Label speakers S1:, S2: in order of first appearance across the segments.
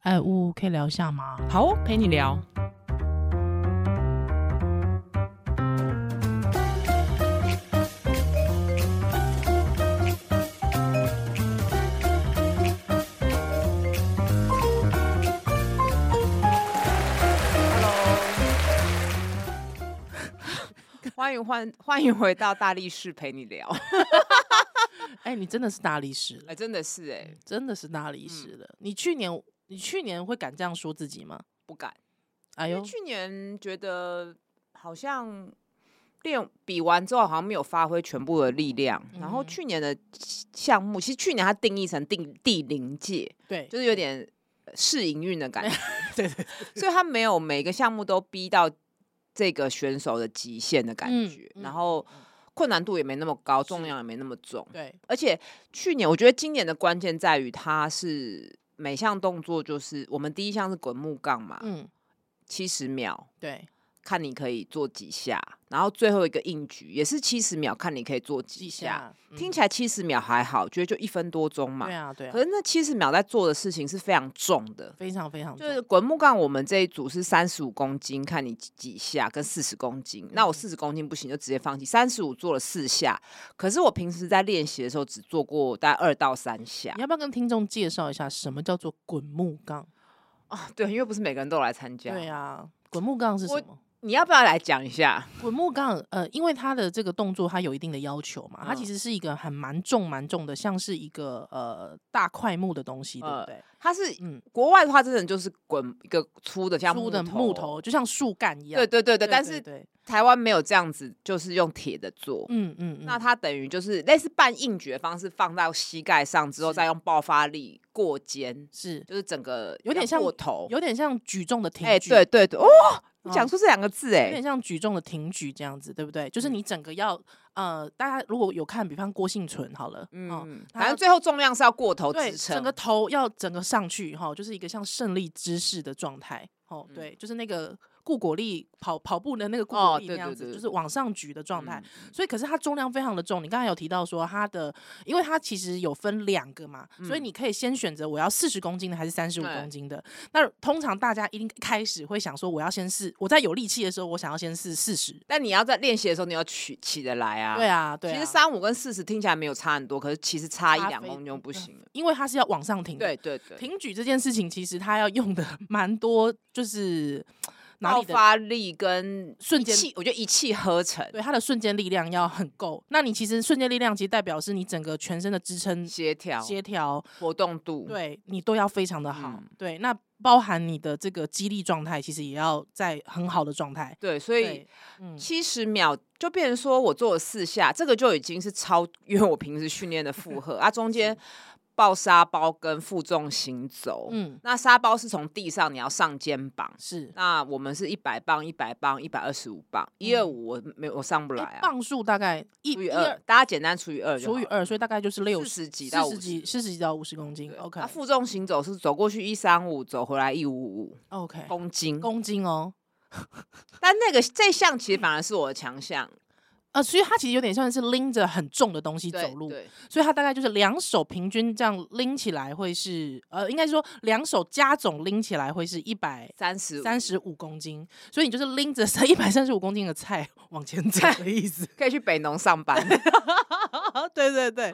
S1: 哎，呜，可以聊一下吗？
S2: 好哦，陪你聊。
S3: 欢迎欢欢迎回到大力士陪你聊，
S1: 哎，你真的是大力士了
S3: 哎、，真的是哎、
S1: 真的是大
S3: 嗯
S1: 力士了。你去年，你去年会敢这样说自己吗？
S3: 不敢，
S1: 哎
S3: 因
S1: 呦
S3: 为，去年觉得好像练比完之后好像没有发挥全部的力量，然后
S1: 嗯
S3: 去年的项目其实去年它定义成第第零届，
S1: 对，，
S3: 就是有点呃试营运的感觉
S1: 对对
S3: 所以他没有每个项目都逼到这个选手的极限的感
S1: 嗯
S3: 觉，
S1: 嗯
S3: 然后困难度也没那么高，重
S1: 是
S3: 量也没那么重。
S1: 对，
S3: 而且去年我觉得今年的关键在于它是每项动作就是我们第一项是滚木杠嘛，
S1: 嗯，
S3: 七十、秒。
S1: 对，
S3: 看你可以做几下，然后最后一个硬举也是七十秒，看你可以做几
S1: 记
S3: 下。
S1: 下，
S3: 听
S1: 嗯
S3: 起来七十秒还好，觉得就一分多钟嘛。
S1: 对啊，对啊
S3: 可，是那七十秒在做的事情是非常重的，
S1: 非常非常
S3: 就是
S1: 重
S3: 滚木杠，我们这一组是三十五公斤，看你几几下跟四十公斤。那
S1: 嗯
S3: 我四十公斤不行，就直接放弃。三十五做了四下，可是我平时在练习的时候只做过大概二到三下
S1: 你。要不要跟听众介绍一下什么叫做滚木杠？
S3: 啊，对，因为不是每个人都有来参加。
S1: 对啊，滚木杠是
S3: 我
S1: 什么？
S3: 你要不要来讲一下？
S1: 滚木杠，呃，因为它的这个动作，它有一定的要求嘛，它其
S3: 嗯
S1: 实是一个很蛮重蛮重的，像是一个呃大块木的东西，对不
S3: 呃
S1: 对？
S3: 它是
S1: 嗯，
S3: 国外的话，真的就是滚一个粗的像
S1: 粗的木头，。就像树干一样。
S3: 对对对对，
S1: 对，
S3: 但
S1: 对
S3: 是
S1: 对，
S3: 台湾没有这样子，就是用铁的做。
S1: 嗯嗯，嗯
S3: 那它等于就是类似半硬举的方式，放到膝盖上之后，
S1: 是
S3: 再用爆发力过肩，
S1: 是
S3: 就是整个
S1: 有点
S3: 要
S1: 像
S3: 过头。
S1: 有点像举重的挺
S3: 哎、
S1: 举，
S3: 对对对，哦，你
S1: 嗯
S3: 讲出这两个字
S1: 有
S3: 哎、
S1: 点像举重的挺举这样子，对不对？就是
S3: 嗯
S1: 你整个要呃，大家如果有看，比方郭幸存好了，嗯，
S3: 嗯，
S1: 它
S3: 反
S1: 要
S3: 正最后重量是要过头
S1: 对，
S3: 支撑，
S1: 整个头要整个上去哈、就是一个像胜利之势的状态。哦，
S3: 嗯
S1: 对，就是那个顾果力跑跑步的那个顾
S3: 哦
S1: 果力那
S3: 对
S1: 样
S3: 对
S1: 子，
S3: 对
S1: 就是往上举的状态。
S3: 嗯
S1: 所以，可是它重量非常的重。你刚才有提到说它的，因为它其实有分两个嘛，所以
S3: 嗯
S1: 你可以先选择我要四十公斤的还是三十五
S3: 对
S1: 公斤的。那通常大家一定开始会想说，我要先试，我在有力气的时候，我想要先试四十。
S3: 但你要在练习的时候，你要起起得来啊。
S1: 对啊，对啊，
S3: 其实三五跟四十听起来没有差很多，可是其实差一
S1: 差
S3: 两
S1: 非
S3: 公斤就不行了。
S1: 因为它是要往上挺的
S3: 对对对，
S1: 挺举这件事情，其实它要用的蛮多，就是哪
S3: 爆
S1: 里的
S3: 发力跟
S1: 瞬
S3: 一
S1: 间
S3: 气，我觉得一气呵成，
S1: 对它的瞬间力量要很够。那你其实瞬间力量，其实代表是你整个全身的支撑
S3: 协调、
S1: 协调，
S3: 活动度，
S1: 对你都要非常的好。
S3: 嗯
S1: 对，那包含你的这个肌力状态，其实也要在很好的状态。
S3: 对，所以
S1: 对，嗯，
S3: 七十秒就变成说我做了四下，这个就已经是超越我平时训练的负荷啊。中间抱沙包跟负重行走，
S1: 嗯，
S3: 那沙包是从地上你要上肩膀，
S1: 是。
S3: 那我们是一百磅、一百磅、一百二十五磅，一二五我没我上不来
S1: 哎
S3: 啊，
S1: 嗯磅数大概一
S3: 除以
S1: 一
S3: 二，大家简单除以二就好
S1: 除以二，所以大概就是六
S3: 40几到
S1: 四十
S3: 50
S1: 几、四十几到五十公斤
S3: 对。啊
S1: OK
S3: 那负重行走是走过去一三五，走回来一五五
S1: OK，
S3: 公斤，
S1: 公斤哦。
S3: 但那个这项其实反而是我的强项，
S1: 呃，所以它其实有点像是拎着很重的东西
S3: 对
S1: 走路，
S3: 对
S1: 所以他大概就是两手平均这样拎起来会是，呃，应该说两手加总拎起来会是一百
S3: 三十
S1: 三十五公斤，所以你就是拎着一百三十五公斤的菜 往前走的意思。
S3: 可以去北农上班。
S1: 对对对，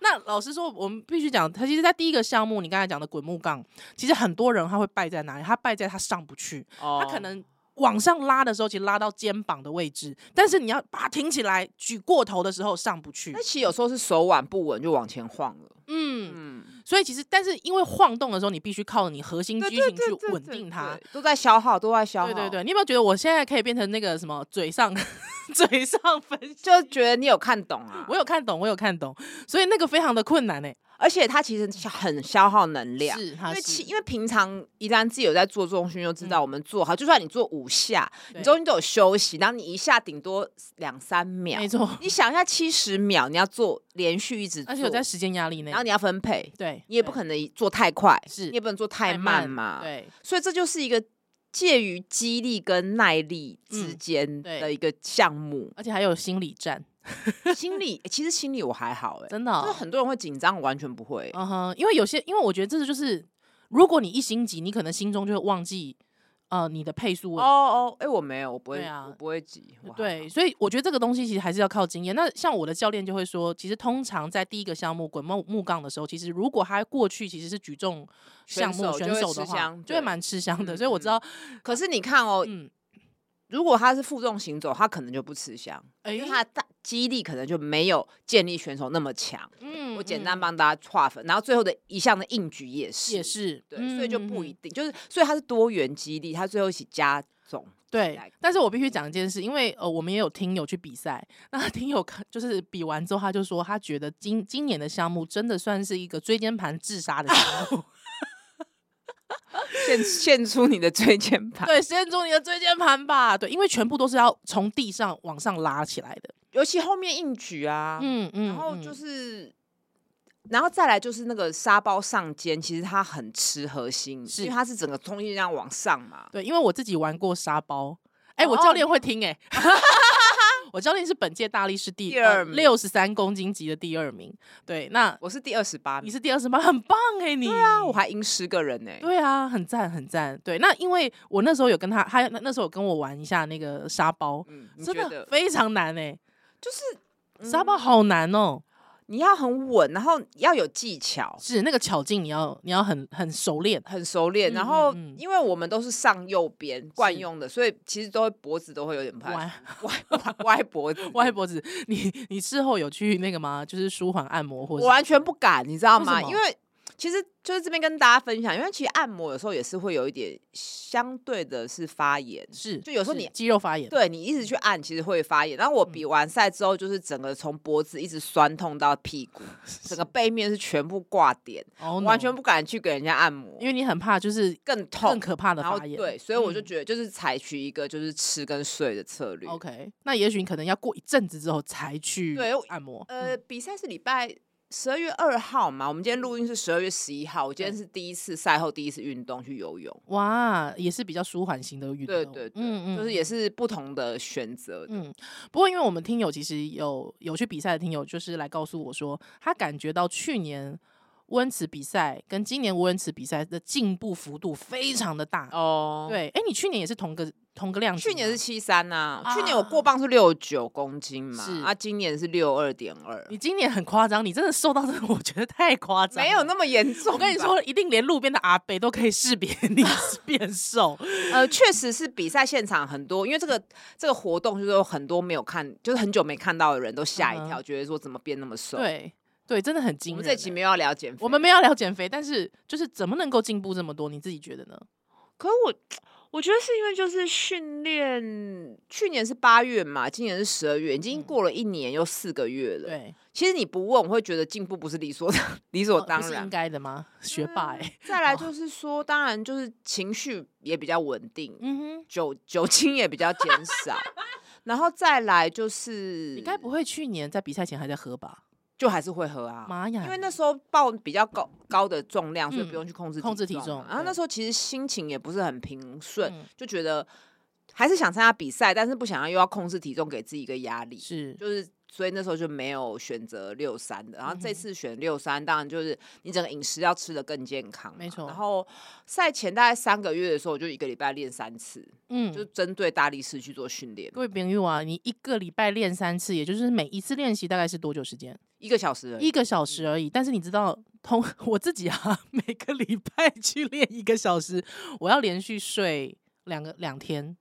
S1: 那老实说，我们必须讲，他其实，在第一个项目，你刚才讲的滚木杠，其实很多人他会败在哪里？他败在他上不去，
S3: 哦
S1: 他可能。往上拉的时候，其实拉到肩膀的位置，但是你要把它挺起来，举过头的时候上不去
S3: 那。其实有时候是手腕不稳就往前晃了。
S1: 嗯，
S3: 嗯，
S1: 所以其实，但是因为晃动的时候，你必须靠你核心肌群去稳定它。，
S3: 都在消耗，都在消耗。
S1: 对对对，你有没有觉得我现在可以变成那个什么嘴上 嘴上分析？
S3: 就觉得你有看懂啊。
S1: 我有看懂，我有看懂，所以那个非常的困难欸诶、
S3: 而且它其实很消耗能量。
S1: 是，
S3: 因
S1: 它
S3: 为其
S1: 是
S3: 因为平常宜兰自己有在做重训，就知道我们做好，就算你做五下，
S1: 对
S3: 你中间都有休息，然后你一下顶多两三秒
S1: 没。错，
S3: 你想一下，七十秒你要做连续一直做，
S1: 而且有在时间压力内
S3: 然，后你要分配，
S1: 对
S3: 你也不可能做太快，
S1: 是
S3: 你也不能做啊
S1: 对
S3: 太慢嘛。
S1: 对，
S3: 所以这就是一个介于肌力跟耐力之
S1: 嗯
S3: 间
S1: 对
S3: 的一个项目。
S1: 而且还有心理战，
S3: 心理、欸其实心理我还好哎、欸，
S1: 真的、
S3: 就是
S1: 哦，
S3: 很多人会紧张，我完全不会欸、
S1: 嗯哼，因为有些，因为我觉得这就是。如果你一心急，你可能心中就会忘记呃你的配速问
S3: 哦
S1: 题。
S3: 哦，哎、我没有，我不会，
S1: 对啊
S3: 我不会急。我还好，
S1: 对，所以我觉得这个东西其实还是要靠经验。那像我的教练就会说，其实通常在第一个项目滚木木杠的时候，其实如果他过去其实是举重项目
S3: 选手
S1: 选
S3: 就会
S1: 手
S3: 吃
S1: 的话
S3: 香，
S1: 就会
S3: 对
S1: 蛮吃香的。
S3: 嗯
S1: 所以我知
S3: 嗯
S1: 道，
S3: 可是你看哦，
S1: 嗯，
S3: 如果他是负重行走，他可能就不吃香，因为
S1: 诶
S3: 他的大肌力可能就没有健力选手那么强。
S1: 嗯
S3: 我
S1: 嗯
S3: 简单帮大家划分，然后最后的一项的硬举也是，
S1: 也是，
S3: 对，所以就不一
S1: 嗯
S3: 定，就是所以它是多元肌力，它最后一起加总。
S1: 对
S3: 来。嗯
S1: 但是我必须讲一件事，因为呃，我们也有听友去比赛，那听友看就是比完之后，他就说他觉得今今年的项目真的算是一个椎间盘自杀的项目。
S3: 献 献出你的椎间 盘，
S1: 对，先做你的椎间盘吧。对，因为全部都是要从地上往上拉起来的。
S3: 尤其后面硬举啊，
S1: 嗯嗯
S3: 然后就
S1: 嗯
S3: 是。然后再来就是那个沙包上肩，其实它很吃核心，
S1: 是
S3: 因为它是整个中间这样往上嘛。
S1: 对，因为我自己玩过沙包，哎、我
S3: 哦
S1: 教练会听 哎、我教练是本届大力士第呃
S3: 第二名
S1: 六十三公斤级的第二名，对，那
S3: 我是第二十八
S1: 你
S3: 名，
S1: 是第二十八，很棒哎、你对啊
S3: 啊我还赢十个人呢、
S1: 对啊，很赞很赞。对，那因为我那时候有跟他，他那那时候有跟我玩一下那个沙包，
S3: 嗯，你
S1: 真
S3: 觉
S1: 的
S3: 得
S1: 非常难哎、
S3: 就是、
S1: 沙
S3: 嗯
S1: 包好难哦、
S3: 你要很稳，然后要有技巧，
S1: 是那个巧劲，你要你要很很熟练。
S3: 很熟练。
S1: 嗯
S3: 然后
S1: 嗯嗯
S3: 因为我们都是上右边惯
S1: 是
S3: 用的，所以其实都会脖子都会有点不太
S1: 歪，
S3: 歪歪歪 脖子
S1: 歪脖子，你你事后有去那个吗？就是舒缓按摩或
S3: 我
S1: 者
S3: 完全不敢，你知道
S1: 为
S3: 吗？
S1: 什么
S3: 因为其实就是这边跟大家分享，因为其实按摩有时候也是会有一点相对的是发炎，
S1: 是
S3: 就有时候
S1: 是
S3: 你
S1: 肌肉发炎，
S3: 对你一直去按，其实会发炎。然后我比
S1: 嗯
S3: 完赛之后，就是整个从脖子一直酸痛到屁 股，整个背面是全部挂点，
S1: 哦
S3: 我
S1: no，
S3: 完全不敢去给人家按摩，
S1: 因为你很怕就是
S3: 更痛
S1: 更。可怕的
S3: 然后
S1: 发炎。
S3: 对，所以我就
S1: 嗯
S3: 觉得就是采取一个就是吃跟睡的策略。
S1: OK，那也许你可能要过一阵子之后才去
S3: 对我
S1: 按摩。
S3: 呃，
S1: 嗯，
S3: 比赛是礼拜十二月二号嘛，我们今天录音是十二月十一号。我今天
S1: 对
S3: 是第一次赛后第一次运动去游泳，
S1: 哇，也是比较舒缓型的运动。
S3: 对对对，就是也是不同的选择的。
S1: 嗯，不过因为我们听友其实有有去比赛的听友，就是来告诉我说，他感觉到去年温池比赛跟今年温池比赛的进步幅度非常的大。
S3: 哦，，
S1: 对，哎，你去年也是同个同个量级吗，
S3: 去年是七三呐，去年我
S1: 啊
S3: 过磅是六九公斤嘛
S1: 是，
S3: 啊，今年是六二点二，
S1: 你今年很夸张，你真的瘦到真的， 我觉得太夸张，
S3: 没有。那么严重。
S1: 我跟你，说，一定连路边的阿伯都可以识别 你 是变瘦。
S3: 呃，确实是比赛现场很多，因为这个这个活动就是有很多没有看，就是很久没看到的人都吓
S1: 嗯哼
S3: 一跳，觉得说怎么变那么瘦。，
S1: 对对，真的很
S3: 我
S1: 惊
S3: 们
S1: 人
S3: 这
S1: 欸。
S3: 期没有要聊减肥，
S1: 我们没有聊减肥，但是就是怎么能够进步这么多？你自己觉得呢？
S3: 可我我觉得是因为就是训练，去年是八月嘛，今年是十二月，已经
S1: 嗯
S3: 过了一年又四个月了。，
S1: 对，
S3: 其实你不问，我会觉得进步不是理所当 理
S1: 呃
S3: 所
S1: 不
S3: 哦当
S1: 是
S3: 然。
S1: 应该的吗？学霸哎、
S3: 嗯再来就是说，当然就是情绪也比较稳定，
S1: 嗯哼，
S3: 酒酒精也比较减 少，然后再来就是
S1: 你该不会去年在比赛前还在喝吧？
S3: 就还是会喝啊。
S1: 妈呀！
S3: 因为那时候报比较高高的重量，所以
S1: 嗯
S3: 不用去控制
S1: 控制体
S3: 嘛
S1: 重
S3: 然后那
S1: 对
S3: 时候其实心情也不是很平顺，
S1: 嗯
S3: 就觉得还是想参加比赛，但是不想要又要控制体重，给自己一个压力，
S1: 是
S3: 就是。所以那时候就没有选择六三的，然后
S1: 嗯哼
S3: 这次选六三，当然就是你整个饮食要吃的更健康嘛，
S1: 没错
S3: 然后赛前大概三个月的时候，我就一个礼拜练三次，
S1: 嗯，
S3: 就针对大力士去做训练，
S1: 各位朋友啊，你一个礼拜练三次，也就是每一次练习大概是多久时间？
S3: 一个小时而已
S1: 一个小
S3: 嗯
S1: 时而已。但是你知道，通 我自己啊，每个礼拜去练一个小时，我要连续睡两个两天。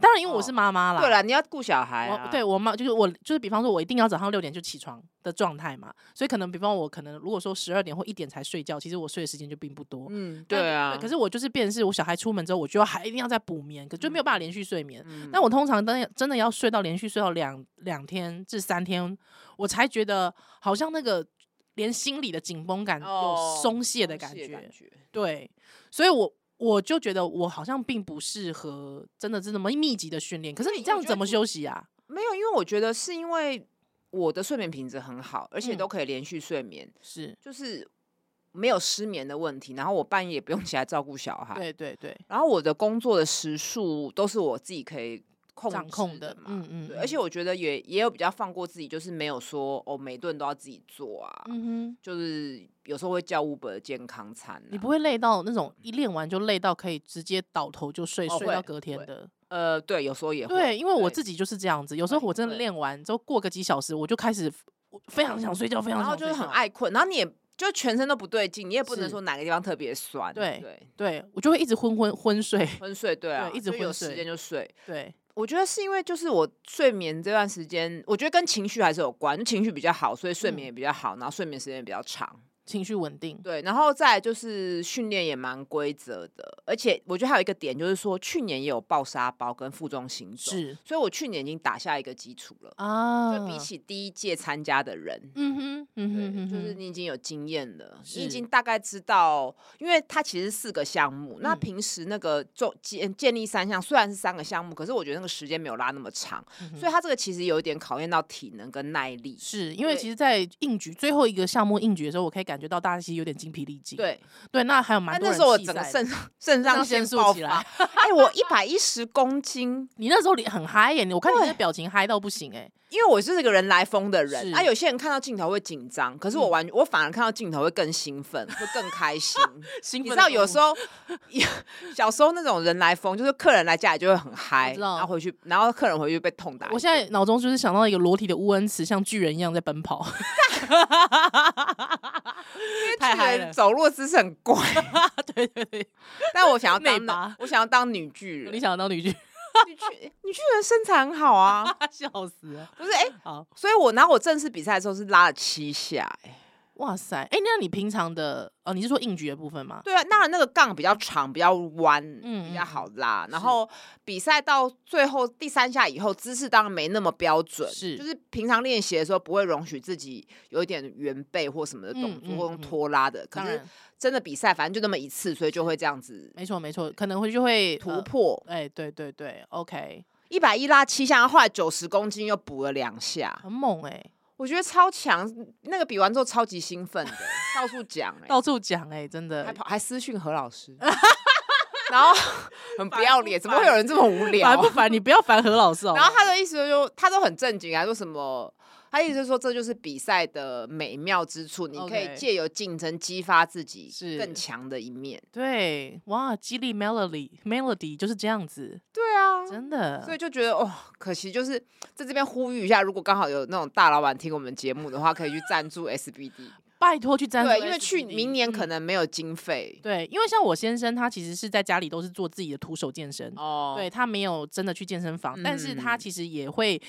S1: 当然，因为我是
S3: 哦
S1: 妈妈啦，
S3: 对了，你要顾小孩、啊
S1: 我，对我妈就是我就是，比方说我一定要早上六点就起床的状态嘛，所以可能比方我可能如果说十二点或一点才睡觉，其实我睡的时间就并不多。
S3: 嗯，
S1: 但
S3: 对啊，
S1: 可是我就是变成是我小孩出门之后，我就要还一定要再补眠，可就没有办法连续睡眠。
S3: 嗯
S1: 那我通常真的真的要睡到连续睡到两两天至三天，我才觉得好像那个连心理的紧绷感有
S3: 哦
S1: 松懈的
S3: 松
S1: 感觉。
S3: 觉
S1: 对，所以我我就觉得我好像并不适合真的是那么密集的训练。可是
S3: 对
S1: 你这样
S3: 我觉
S1: 怎
S3: 得
S1: 么
S3: 主
S1: 休息啊？
S3: 没有，因为我觉得是因为我的睡眠品质很好，而且
S1: 嗯
S3: 都可以连续睡眠，
S1: 是
S3: 就是没有失眠的问题。然后我半夜也不用起来照顾小孩，
S1: 对对对，
S3: 然后我的工作的时数都是我自己可以控
S1: 掌控
S3: 制
S1: 的
S3: 嘛。
S1: 嗯嗯
S3: 对，而且我觉得也也有比较放过自己，就是没有说哦每顿都要自己做啊，
S1: 嗯哼，
S3: 就是有时候会叫 Uber 的健康餐、啊。
S1: 你不会累到那种一练完就累到可以直接倒头就睡，
S3: 哦
S1: 睡到
S3: 会
S1: 隔天
S3: 会
S1: 的。
S3: 呃，对，有时候也会。
S1: 对，因为我
S3: 对
S1: 自己就是这样子，有时候
S3: 会
S1: 我真的
S3: 会
S1: 练完之后过个几小时，我就开始我非常想睡觉，非常
S3: 然后
S1: 想
S3: 就是
S1: 睡
S3: 很
S1: 觉
S3: 爱困，然后你也就全身都不对劲，你也不能
S1: 是
S3: 说哪个地方特别酸。
S1: 对
S3: 对，
S1: 对我就会一直昏昏昏睡。
S3: 昏睡对啊，
S1: 对一直
S3: 就有
S1: 昏
S3: 时
S1: 睡
S3: 间就睡。
S1: 对，
S3: 我觉得是因为就是我睡眠这段时间，我觉得跟情绪还是有关，就情绪比较好，所以睡
S1: 嗯
S3: 眠也比较好，然后睡眠时间也比较长。
S1: 情绪稳定。
S3: 对，然后再来就是训练也蛮规则的，而且我觉得还有一个点就是说，去年也有爆沙包跟负重行走，
S1: 是
S3: 所以我去年已经打下一个基础了。
S1: 啊，
S3: 就比起第一届参加的人，
S1: 嗯哼嗯哼
S3: 对，
S1: 嗯哼，
S3: 就是你已经有经验了，你已
S1: 是
S3: 经大概知道，因为它其实是四个项目。那
S1: 嗯
S3: 平时那个做建建立三项，虽然是三个项目，可是我觉得那个时间没有拉那么长，
S1: 嗯哼
S3: 所以它这个其实有一点考验到体能跟耐力。
S1: 是因为
S3: 对
S1: 其实，在应局最后一个项目应局的时候，我可以感觉到大家其实有点精疲力尽。
S3: 对，
S1: 对，那还有蛮
S3: 但
S1: 多
S3: 那
S1: 人
S3: 时候我
S1: 弃
S3: 整个
S1: 赛的
S3: 肾肾上
S1: 上
S3: 腺
S1: 腺素
S3: 爆
S1: 起
S3: 发
S1: 来，
S3: 哎，我一百一十公斤，
S1: 你那时候你很嗨耶、你我看你
S3: 对
S1: 那表情嗨到不行哎、
S3: 因为我是个人来疯的人，
S1: 是嗯
S3: 啊，有些人看到镜头会紧张，可是我完，我反而看到镜头会更兴奋，会更开心。
S1: 兴
S3: 你
S1: 奋的
S3: 知道
S1: 动
S3: 有
S1: 物
S3: 时候小时候那种人来疯，就是客人来家里就会很嗨，
S1: 我知道
S3: 然后回去，然后客人回去被痛打一顿。
S1: 我现在脑中就是想到一个裸体的乌恩慈，像巨人一样在奔 跑。太嗨
S3: 巨人
S1: 了
S3: 走路的姿势很 怪，
S1: 对对对，
S3: 但我想要
S1: 内
S3: 当那
S1: 八
S3: 我想要当女巨人
S1: 你，想得到女 巨，
S3: 女巨女巨人身材很好 啊，
S1: 笑死了。
S3: 不是哎、
S1: 好，
S3: 所以我拿我正式比赛的时候是拉了七下、哎，
S1: 哇塞，哎、那你平常的哦，你是说应局的部分吗？
S3: 对啊，那那个杠比较长，比较弯，
S1: 嗯
S3: 比较
S1: 嗯
S3: 好拉。然
S1: 是
S3: 后比赛到最后第三下以后，姿势当然没那么标准，
S1: 是
S3: 就是平常练习的时候不会容许自己有一点圆背或什么的动
S1: 嗯
S3: 作，
S1: 嗯
S3: 或用
S1: 嗯
S3: 拖拉的。可
S1: 当
S3: 是
S1: 然，
S3: 真的比赛反正就那么一次，所以就会这样子
S1: 没错没错，可能会就会
S3: 突
S1: 呃
S3: 破。
S1: 哎、对对对，OK，
S3: 一百一拉七下，后来九十公斤又补了两下，
S1: 很猛哎、
S3: 我觉得超强。那个比完之后超级兴奋的，到处 讲 哎、
S1: 到处讲哎、真的
S3: 还跑还私讯何老师，然后 很不要脸，
S1: 烦不
S3: 怎么会有
S1: 烦
S3: 人这么无聊
S1: 烦
S3: 啊、
S1: 不烦？你不要烦何老师哦。
S3: 然后他的意思就他都很正经啊，说什么？他意思是说这就是比赛的美妙之处，你可以
S1: OK
S3: 借由竞争激发自己
S1: 是
S3: 更强的一面。
S1: 对，哇，激励 melody melody 就是这样子，
S3: 对啊。
S1: 真的。
S3: 所以就觉得哦，可惜就是在这边呼吁一下，如果刚好有那种大老板听我们节目的话，可以去赞助 SBD。
S1: 拜托去赞助 SBD，
S3: 对，因为去明年可
S1: 嗯、
S3: 能没有经费、
S1: 对，因为像我先生他其实是在家里都是做自己的徒手健身。
S3: 哦。
S1: 对他没有真的去健身房，但是他
S3: 嗯
S1: 其实也会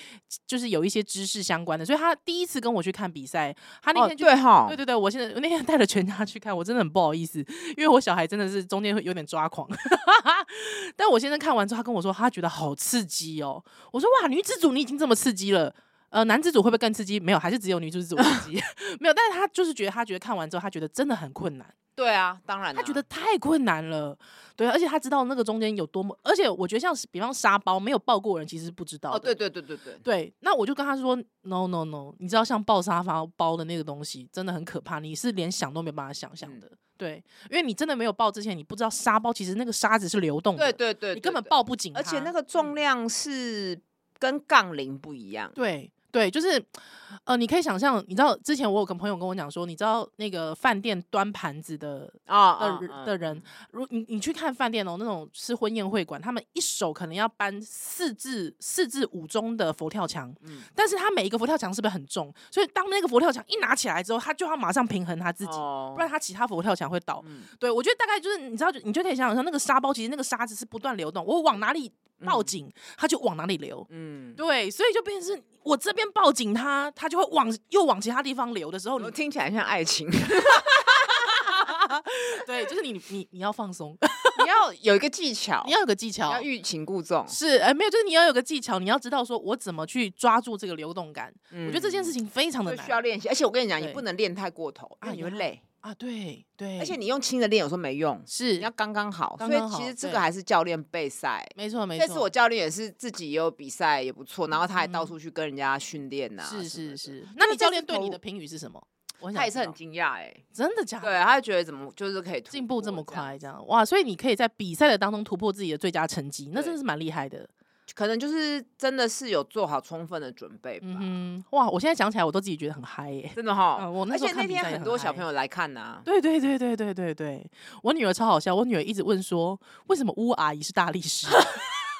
S1: 就是有一些知识相关的，所以他第一次跟我去看比赛，他那
S3: 哦，
S1: 天就、
S3: 对哈
S1: 对，对对，我现在我那天带了全家去看，我真的很不好意思，因为我小孩真的是中间会有点抓狂。 但我先生看完之后，他跟我说他觉得好刺激哦。我说哇，女子组你已经这么刺激了，呃，男子组会不会更刺激？没有，还是只有女子组 刺 激，没有。但是他就是觉得他觉得看完之后，他觉得真的很困难，
S3: 对啊，当然啊、
S1: 他觉得太困难了。对，而且他知道那个中间有多么，而且我觉得像是比方沙包没有抱过人，其实是不知道的。
S3: 哦，对对对对对，
S1: 对，那我就跟他说 no no no，你知道像抱沙发包的那个东西真的很可怕，你是连想都没办法想象
S3: 嗯
S1: 的。对，因为你真的没有抱之前，你不知道沙包其实那个沙子是流动的，
S3: 对对对，
S1: 嗯你
S3: 对
S1: 根本
S3: 对
S1: 抱不紧它。
S3: 而且那个重
S1: 嗯
S3: 量是跟杠铃不一样。
S1: 对对，就是呃，你可以想象，你知道之前我有个朋友跟我讲说，你知道那个饭店端盘子的
S3: 啊
S1: 的人的人，如你你去看饭店哦，那种吃婚宴会馆，他们一手可能要搬四至四至五中的佛跳墙，
S3: 嗯
S1: 但是他每一个佛跳墙是不是很重？所以当那个佛跳墙一拿起来之后，他就要马上平衡他自己，
S3: 哦
S1: 不然他其他佛跳墙会倒。
S3: 嗯
S1: 对我觉得大概就是你知道，就你就可以想想像那个沙包，其实那个沙子是不断流动，我往哪里抱紧，它就往哪里流。
S3: 嗯，
S1: 对，所以就变成是我这边抱紧它，它就会往又往其他地方流的时候，你
S3: 听起来像爱情。
S1: 对，就是你你你要放松，
S3: 你要有一个技巧，
S1: 你要有个技
S3: 你
S1: 巧
S3: 要，欲擒故纵。
S1: 是，哎、没有，就是你要有个技巧，你要知道说我怎么去抓住这个流动感。
S3: 我
S1: 我觉得这件事情非常的
S3: 嗯就
S1: 难
S3: 需要练习，而且我跟你讲，也
S1: 对
S3: 不能练太过头，因
S1: 啊
S3: 为你会
S1: 呀
S3: 累，
S1: 啊，对对，
S3: 而且你用轻的练有时候没用，
S1: 是
S3: 你要刚刚好。
S1: 刚
S3: 所以
S1: 刚
S3: 其
S1: 好
S3: 实这
S1: 对
S3: 个还是教练备赛。
S1: 没错没错，嗯
S3: 这次我教练也是自己也有比赛，也不错，然后他还到处去跟人家训练啊呐。
S1: 是是，是。那
S3: 那你
S1: 你教
S3: 这
S1: 练
S3: 次
S1: 对你
S3: 投
S1: 的评语是什么？我很
S3: 他
S1: 想
S3: 也
S1: 知
S3: 是很
S1: 道
S3: 惊讶哎，
S1: 真的假的？
S3: 对，他就觉得怎么就是可以突
S1: 进步这么
S3: 破样
S1: 快，这样哇！所以你可以在比赛的当中突破自己的最佳成绩，那真
S3: 对
S1: 的是蛮厉害的。
S3: 可能就是真的是有做好充分的准备吧。
S1: 嗯哼，哇！我现在想起来，我都自己觉得很嗨耶、
S3: 真的哈、
S1: 嗯我那
S3: 而
S1: 时候
S3: 且那
S1: 看比
S3: 天
S1: 赛也
S3: 很
S1: 很
S3: 多小
S1: 嗨
S3: 朋友来看呐、
S1: 对对对对对对对，我女儿超好笑，我女儿一直问说，为什么乌阿姨是大力士？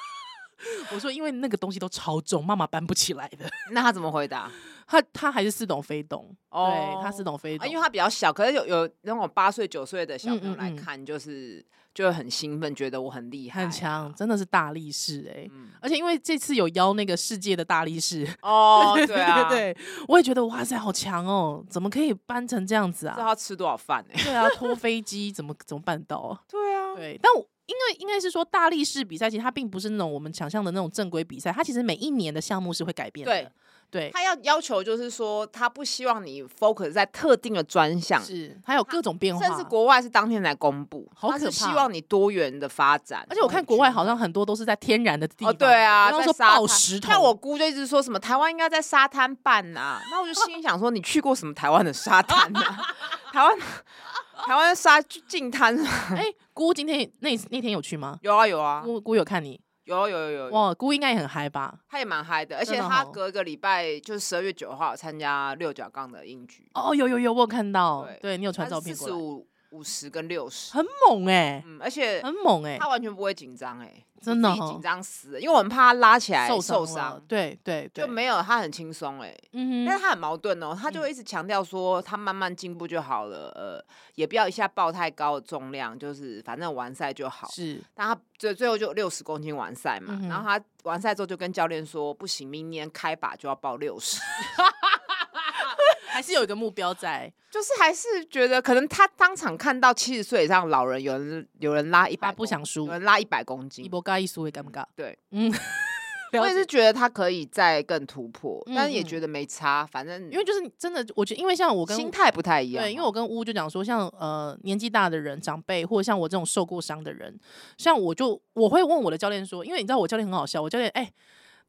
S1: 我说因为那个东西都超重，妈妈搬不起来的。
S3: 那他怎么回答？
S1: 她她还是似懂非懂， 对，她
S3: 哦
S1: 似懂非
S3: 啊
S1: 懂，
S3: 因为他比较小，可是有有那种八岁九岁的小朋友
S1: 嗯嗯
S3: 来
S1: 嗯
S3: 看，就是就会很兴奋，觉得我很厉害、啊
S1: 很强，。真的是大力士哎、
S3: 嗯，
S1: 而且因为这次有邀那个世界的大力士，
S3: 哦，
S1: 对
S3: 对啊，
S1: 对对，我也觉得哇塞，好强哦，怎么可以搬成这样子
S3: 不知道
S1: 啊？
S3: 他吃多少饭哎、
S1: 对啊，拖飞机怎么怎么办到啊？
S3: 对 啊，
S1: 对，但我因为应该是说大力士比赛，其实它并不是那种我们想象的那种正规比赛，它其实每一年的项目是会改变的。对，
S3: 他要要求就是说，他不希望你 focus 在特定的专项，
S1: 是还有各种变化，
S3: 甚至国外是当天来公布，
S1: 好
S3: 他是
S1: 可
S3: 希
S1: 怕哦
S3: 望你多元的发展。
S1: 而且我看国外好像很多都是在天然的地
S3: 哦，
S1: 方，
S3: 对啊，
S1: 比方
S3: 在
S1: 说
S3: 沙滩
S1: 爆石头，
S3: 那我姑就一直说什么台湾应该在沙滩办呐、那我就心里想说，你去过什么台湾的沙滩呐、 台湾台湾沙净滩
S1: 哎、姑今天那那天有去吗？
S3: 有啊有啊
S1: 姑姑有看你
S3: 有啊有啊有啊有啊，
S1: 哇，姑应该也很嗨吧？
S3: 他也蛮嗨的，而且
S1: 真的
S3: 他
S1: 哦
S3: 隔一个礼拜就是十二月九号参加六角杠的英局，
S1: 哦，有有有，我有看到，
S3: 对
S1: 对你有传照片
S3: 四
S1: 过
S3: 十
S1: 来，
S3: 五、五十跟六 十，
S1: 很猛哎、
S3: 嗯，而且
S1: 很猛哎、
S3: 他完全不会紧张哎，
S1: 真的
S3: 我自己
S1: 哦
S3: 紧张死了，因为我很怕他拉起来
S1: 受
S3: 受
S1: 伤了
S3: 伤，，
S1: 对对对，
S3: 就没有他很轻松哎，
S1: 嗯
S3: 但是
S1: 哼，
S3: 他很矛盾哦，他就一直强调说他慢慢进步就好了，呃，也不要一下报太高的重量，就是反正完赛就好。
S1: 是
S3: 但他最最后就六十公斤完赛嘛，
S1: 嗯哼
S3: 然后他完赛之后就跟教练说，不行，明年开把就要报六十，
S1: 还是有一个目标在，
S3: 就是还是觉得可能他当场看到七十岁以上老人有人有人拉一
S1: 他
S3: 百，
S1: 不想输
S3: 有，人拉一百公
S1: 一
S3: 斤。
S1: 波尬一输会尴尬。
S3: 嗯对，
S1: 嗯，
S3: 我
S1: 了
S3: 也
S1: 解
S3: 是觉得他可以再更突破，但是也
S1: 嗯嗯
S3: 觉得没差，反正
S1: 因为就是真的，我觉得因为像我跟
S3: 心态不太一样嘛。
S1: 对，因为我跟乌就讲说，像呃年纪大的人、长辈，或者像我这种受过伤的人，像我就我会问我的教练说，因为你知道我教练很好笑，我教练哎。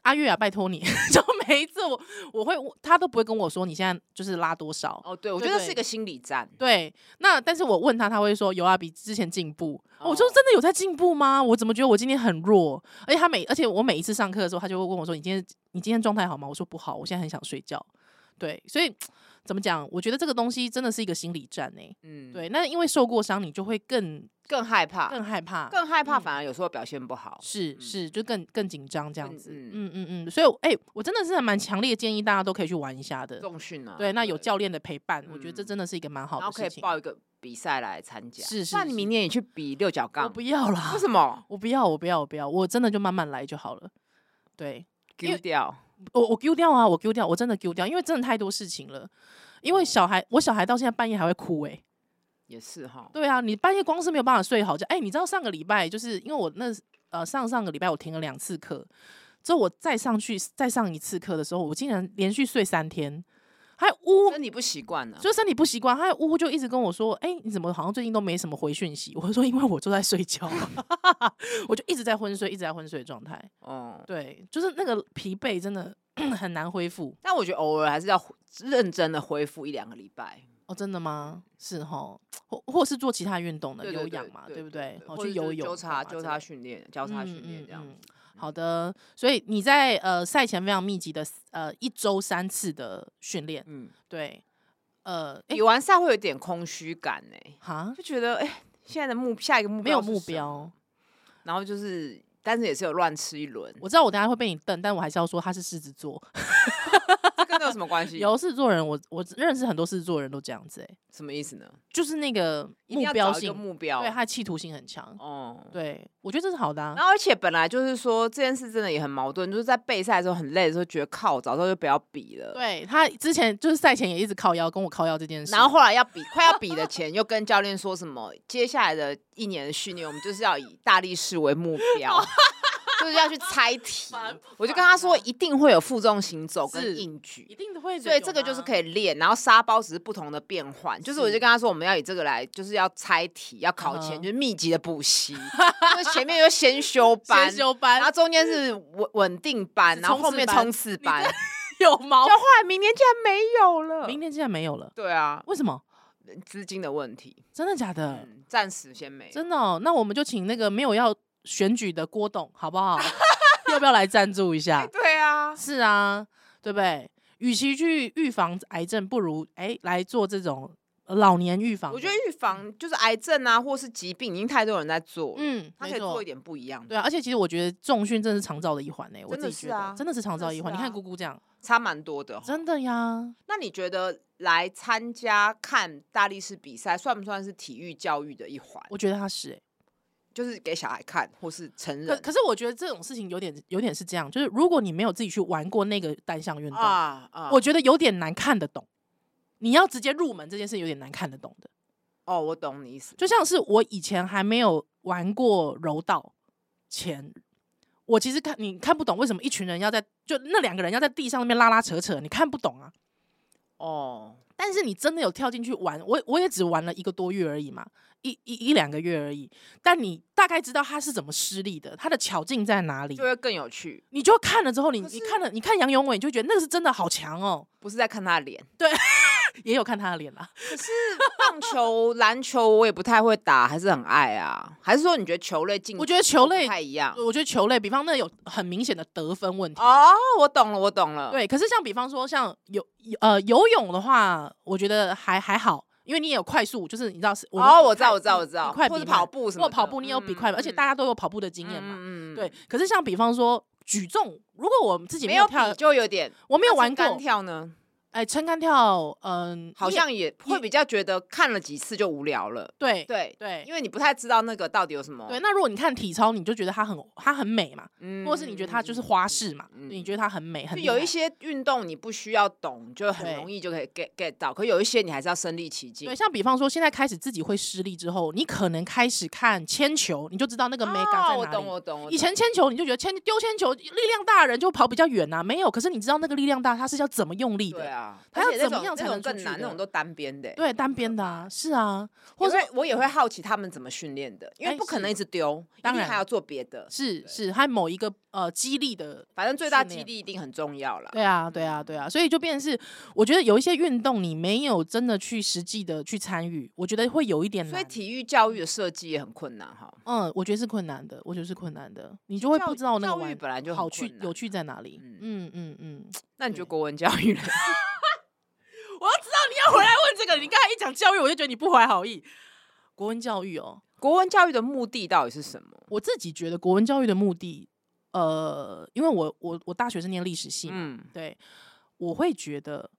S1: 阿月啊，拜托你！ 就每一次我我会我他都不会跟我说你现在就是拉多少，
S3: 哦，对，我觉
S1: 对
S3: 得
S1: 对
S3: 是一个心理战。
S1: 对。那但是我问他，他会说有啊，比之前进步。我说
S3: 哦
S1: 真的有在进步吗？我怎么觉得我今天很弱？而且他每而且我每一次上课的时候，他就会问我说你今天你今天状态好吗？我说不好，我现在很想睡觉。对，所以怎么讲？我觉得这个东西真的是一个心理战呢、
S3: 嗯，
S1: 对，那因为受过伤，你就会更
S3: 更害怕，
S1: 更害怕，
S3: 更害怕，
S1: 嗯
S3: 反而有时候表现不好。
S1: 是
S3: 嗯
S1: 是，就更更紧张这样
S3: 更
S1: 子。
S3: 嗯
S1: 嗯嗯嗯，所以哎、我真的是还蛮强烈建议大家都可以去玩一下的。
S3: 重训啊，
S1: 对，那有教练的陪伴，我觉得这
S3: 嗯
S1: 真的是一个蛮好
S3: 然后
S1: 的
S3: 可
S1: 事
S3: 以
S1: 情。
S3: 报一个比赛来参加。
S1: 是是
S3: 那你
S1: 是嗯
S3: 明年也去比六角
S1: 我
S3: 杠
S1: 不？要啦
S3: 为，什么？
S1: 我不要，我不要，我不要，我真的就慢慢来就好了。对因
S3: 丢
S1: 为
S3: 掉？
S1: 我我丢掉啊，我丢掉，我真的丢掉，因为真的太多事情了。因为小孩，我小孩到现在半夜还会哭哎、
S3: 也是哈。
S1: 对啊，你半夜光是没有办法睡好觉。哎、你知道上个礼拜就是因为我那呃上上个礼拜我停了两次课，之后我再上去再上一次课的时候，我竟然连续睡三天，还呜
S3: 那。你不习惯呢？
S1: 就身体不习惯，还呜呜就一直跟我说：“哎、你怎么好像最近都没什么回讯息？” 我说：“因为我都在睡觉，啊 我就一直在昏睡，一直在昏睡的状态。
S3: 哦。
S1: 对，就是那个疲惫真的 很难恢复
S3: 但我觉得偶尔还是要恢认真的恢复一两个礼拜，
S1: 哦，真的吗？是哈，或或是做其他运动的
S3: 对对
S1: 有
S3: 对
S1: 氧嘛，对不对？哦，
S3: 或
S1: 去
S3: 者就
S1: 游
S3: 是
S1: 泳干
S3: 交叉
S1: 嘛
S3: 交
S1: 之
S3: 叉
S1: 类的
S3: 训练，交叉训练这样。
S1: 嗯好的，所以你在呃赛前非常密集的呃一周三次的训练，
S3: 嗯，
S1: 对，呃，哎、
S3: 比完赛会有点空虚感呢，
S1: 哈，
S3: 就觉得哎，现在的目下一个目标
S1: 没有
S3: 是
S1: 目
S3: 什么，
S1: 标，
S3: 然后就是，但是也是有乱吃一轮，
S1: 我知道我等下会被你瞪，但我还是要说他是狮子座，
S3: 这跟这有什么关系？
S1: 有狮子座人，我我认识很多狮子座人都这样子、哎，
S3: 什么意思呢？
S1: 就是那个
S3: 一定
S1: 目
S3: 要
S1: 标
S3: 找一
S1: 性
S3: 个，目标，
S1: 对，他的企图性很强，
S3: 哦，
S1: 对我觉得这是好的、啊
S3: 然，后而且本来就是说这件事真的也很矛盾，就是在备赛的时候很累的时候，觉得靠，早知道就不要比了。
S1: 对他之前就是赛前也一直靠腰跟我靠腰这件事，
S3: 然后后来要比，快要比的前，又跟教练说什么？接下来的一年的训练，我们就是要以大力士为目标，就是要去猜题
S1: 烦不。
S3: 我就
S1: 烦
S3: 跟他说
S1: 啊，
S3: 一定会有负重行走
S1: 是
S3: 跟硬举
S1: 一，定会的，啊
S3: 所以这个就是可以练，然后沙包只是不同的变换，就是我
S1: 是
S3: 就跟他说我们要以这个来，就是要猜题，要考
S1: 嗯
S3: 前、
S1: 哼
S3: 就是密集的补习，就是前面就先修班，
S1: 先修班
S3: 然后中间是稳稳定班，
S1: 是
S3: 然后后
S1: 冲刺
S3: 面
S1: 班
S3: 冲刺班，
S1: 你
S3: 就
S1: 有毛，
S3: 后来明年竟然没有了，
S1: 明天竟然没有了，
S3: 对啊，
S1: 为什么？
S3: 资金的问题，
S1: 真的假的？
S3: 嗯，暂时先没 有。
S1: 真的、哦，那我们就请那个没有要选举的郭董，好不好？要不要来赞助一下？
S3: 对啊，
S1: 是啊，对不对？与其去预防癌症，不如哎来做这种老年预防的。
S3: 我觉得预防就是癌症啊，或是疾病，已经太多人在做了，
S1: 嗯，
S3: 他
S1: 没
S3: 可以
S1: 错
S3: 做一点不一样的，
S1: 对啊，而且其实我觉得重训真的是长照的一环呢、我
S3: 真
S1: 自
S3: 的
S1: 己觉
S3: 是
S1: 得
S3: 啊
S1: 真的是长
S3: 真
S1: 照
S3: 的
S1: 一
S3: 是
S1: 环。你看
S3: 啊
S1: 姑姑这样，
S3: 差蛮多的哦。
S1: 真的呀，
S3: 那你觉得来参加看大力士比赛，算不算是体育教育的一环？
S1: 我觉得他是、欸。
S3: 就是给小孩看，或是成
S1: 可
S3: 人
S1: 可是我觉得这种事情有点有点是这样，就是如果你没有自己去玩过那个单项运动，
S3: 啊啊！
S1: 我觉得有点难看得懂。你要直接入门这件事有点难看得懂的，
S3: 哦，我懂你意思。
S1: 就像是我以前还没有玩过柔道前，我其实看你看不懂为什么一群人要在就那两个人要在地上那边拉拉扯扯，你看不懂啊。
S3: 哦，
S1: 但是你真的有跳进去玩，我我也只玩了一个多月而已嘛，一一一两个月而已。但你大概知道他是怎么失利的，他的巧劲在哪里
S3: 就，会更有趣，
S1: 你就看了之后，你
S3: 可
S1: 你
S3: 是
S1: 看了你看杨永伟，你就觉得那个是真的好强哦。
S3: 不是在看他的脸。
S1: 也有看他的脸啦，
S3: 可是棒球、篮球我也不太会打，还是很爱啊。还是说你觉得球类竞，
S1: 我觉得球类
S3: 嗯不太一样？
S1: 我觉得球类，比方那有很明显的得分问题。
S3: 哦，我懂了，我懂了。，
S1: 对，可是像比方说像游呃游泳的话，我觉得还还好，因为你也有快速，就是你知道是我们
S3: 哦，
S1: 比
S3: 我知道，
S1: 快
S3: 我知道，我
S1: 比
S3: 知道，
S1: 比快
S3: 或
S1: 比
S3: 者
S1: 慢
S3: 跑步什么
S1: 或
S3: 的，
S1: 跑步你有比快嘛，而且大
S3: 家
S1: 家都有跑步的经验嘛。
S3: 嗯
S1: 对，，可是像比方说举重，如果我自己
S3: 没
S1: 没
S3: 有
S1: 有
S3: 比
S1: 跳，
S3: 就有点
S1: 我没有
S3: 那
S1: 玩
S3: 撑杆
S1: 过，
S3: 跳呢，
S1: 哎，撑杆跳，嗯，
S3: 好
S1: 你也
S3: 像也
S1: 也
S3: 会比较觉得看了几次就无聊了。
S1: 对
S3: 对，
S1: 对
S3: 因为你不太知道那个到底有什么，
S1: 对。那如果你看体操，你就觉得它很它很美嘛，
S3: 嗯
S1: 或者是你觉得它就是花式嘛，
S3: 嗯嗯
S1: 你觉得它很美，很厉
S3: 就有一
S1: 害
S3: 些运动你不需要懂，就很
S1: 对
S3: 容易就可以 get get 到，可有一些你还是要身临其境
S1: 对，。像比方说，现在开始自己会失力之后，你可能开始看铅球，你就知道那个 mega 在
S3: 哦我
S1: 哪
S3: 懂，
S1: 里。
S3: 我懂。我
S1: 以前
S3: 懂
S1: 铅球，你就觉得铅丢铅球力量大的人就跑比较远呐、没有。可是你知道那个力量大，它是要怎么用力
S3: 对
S1: 的？
S3: 啊，
S1: 它
S3: 而
S1: 要
S3: 且
S1: 怎
S3: 那
S1: 么
S3: 种
S1: 样才
S3: 那种
S1: 能出
S3: 更
S1: 去
S3: 难，那
S1: 的
S3: 种都单边的欸。
S1: 对，单边的啊，是啊，或
S3: 我
S1: 者
S3: 会我也会好奇他们怎么训练的，因为
S1: 哎
S3: 不可能
S1: 是
S3: 一直丢，一
S1: 当
S3: 定
S1: 然
S3: 还要做别的。
S1: 是是，还有某一个呃激励的
S3: 反正最大
S1: 训
S3: 激
S1: 练
S3: 励一定很重要啦。
S1: 对啊，对啊，对啊，所以就变成是，我觉得有一些运动你没有真的去实际的去参与，我觉得会有一点
S3: 所以
S1: 难。
S3: 体育教育的设计也很困难哈。
S1: 嗯，我觉得是困难的，我觉得是困难的，你就会
S3: 教
S1: 不知道那个
S3: 教育
S1: 玩
S3: 本来就很
S1: 好趣
S3: 困难
S1: 有趣在哪里。
S3: 嗯
S1: 啊嗯嗯嗯，
S3: 那你觉得
S1: 对
S3: 国文教育呢？
S1: 我要知道你要回来问这个，你刚才一讲教育，我就觉得你不怀好意。国文教育哦，
S3: 国文教育的目的到底是什么？
S1: 我自己觉得国文教育的目的，呃，因为我我我大学是念历史系嘛，
S3: 嗯，
S1: 对，我会觉得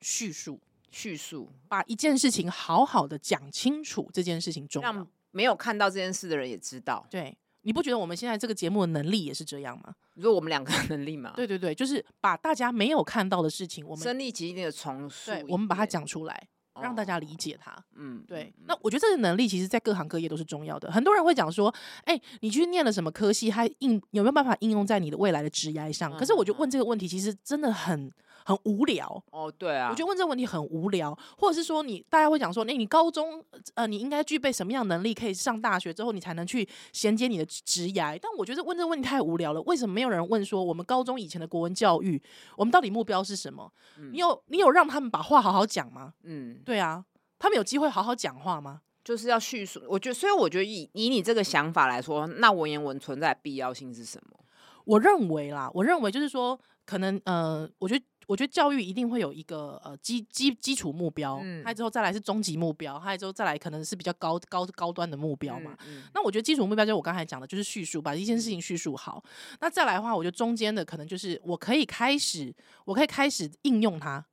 S1: 叙述。
S3: 叙述
S1: 把一件事情好好的讲清楚，这件事情重要
S3: 让。没有看到这件事的人也知道。
S1: 对，你不觉得我们现在这个节目的能力也是这样吗？
S3: 你说我们两个能力嘛，
S1: 对对对，就是把大家没有看到的事情，我们
S3: 身临其境的重述一
S1: 对
S3: 遍，
S1: 我们把它讲出来，让大家
S3: 哦
S1: 理解它。
S3: 嗯，
S1: 对
S3: 嗯，
S1: 那我觉得这个能力其实，在各行各业都是重要的。很多人会讲说，哎、你去念了什么科系，还应有没有办法应用在你的未来的职业上？可是我觉得
S3: 嗯嗯
S1: 问这个问题，其实真的很很无聊。
S3: 哦，对啊，
S1: 我觉得问这个问题很无聊，或者是说你大家会讲说，那、你高中呃，你应该具备什么样的能力，可以上大学之后你才能去衔接你的职职涯？但我觉得问这个问题太无聊了，为什么没有人问说我们高中以前的国文教育，我们到底目标是什么？
S3: 嗯
S1: 你有你有让他们把话好好讲吗？
S3: 嗯，
S1: 对啊，他们有机会好好讲话吗？
S3: 就是要叙述。我觉得，所以我觉得以以你这个想法来说，那文言文存在的必要性是什么？
S1: 我认为啦，我认为就是说，可能呃，我觉得。我觉得教育一定会有一个呃基基基础目标，
S3: 嗯
S1: 还有之后再来是终极目标，还有之后再来可能是比较高高高端的目标嘛。
S3: 嗯，嗯
S1: 那我觉得基础目标就是我刚才讲的，就是叙述，把一件事情叙述好。那再来的话，我觉得中间的可能就是我可以开始，我可以开始应用它，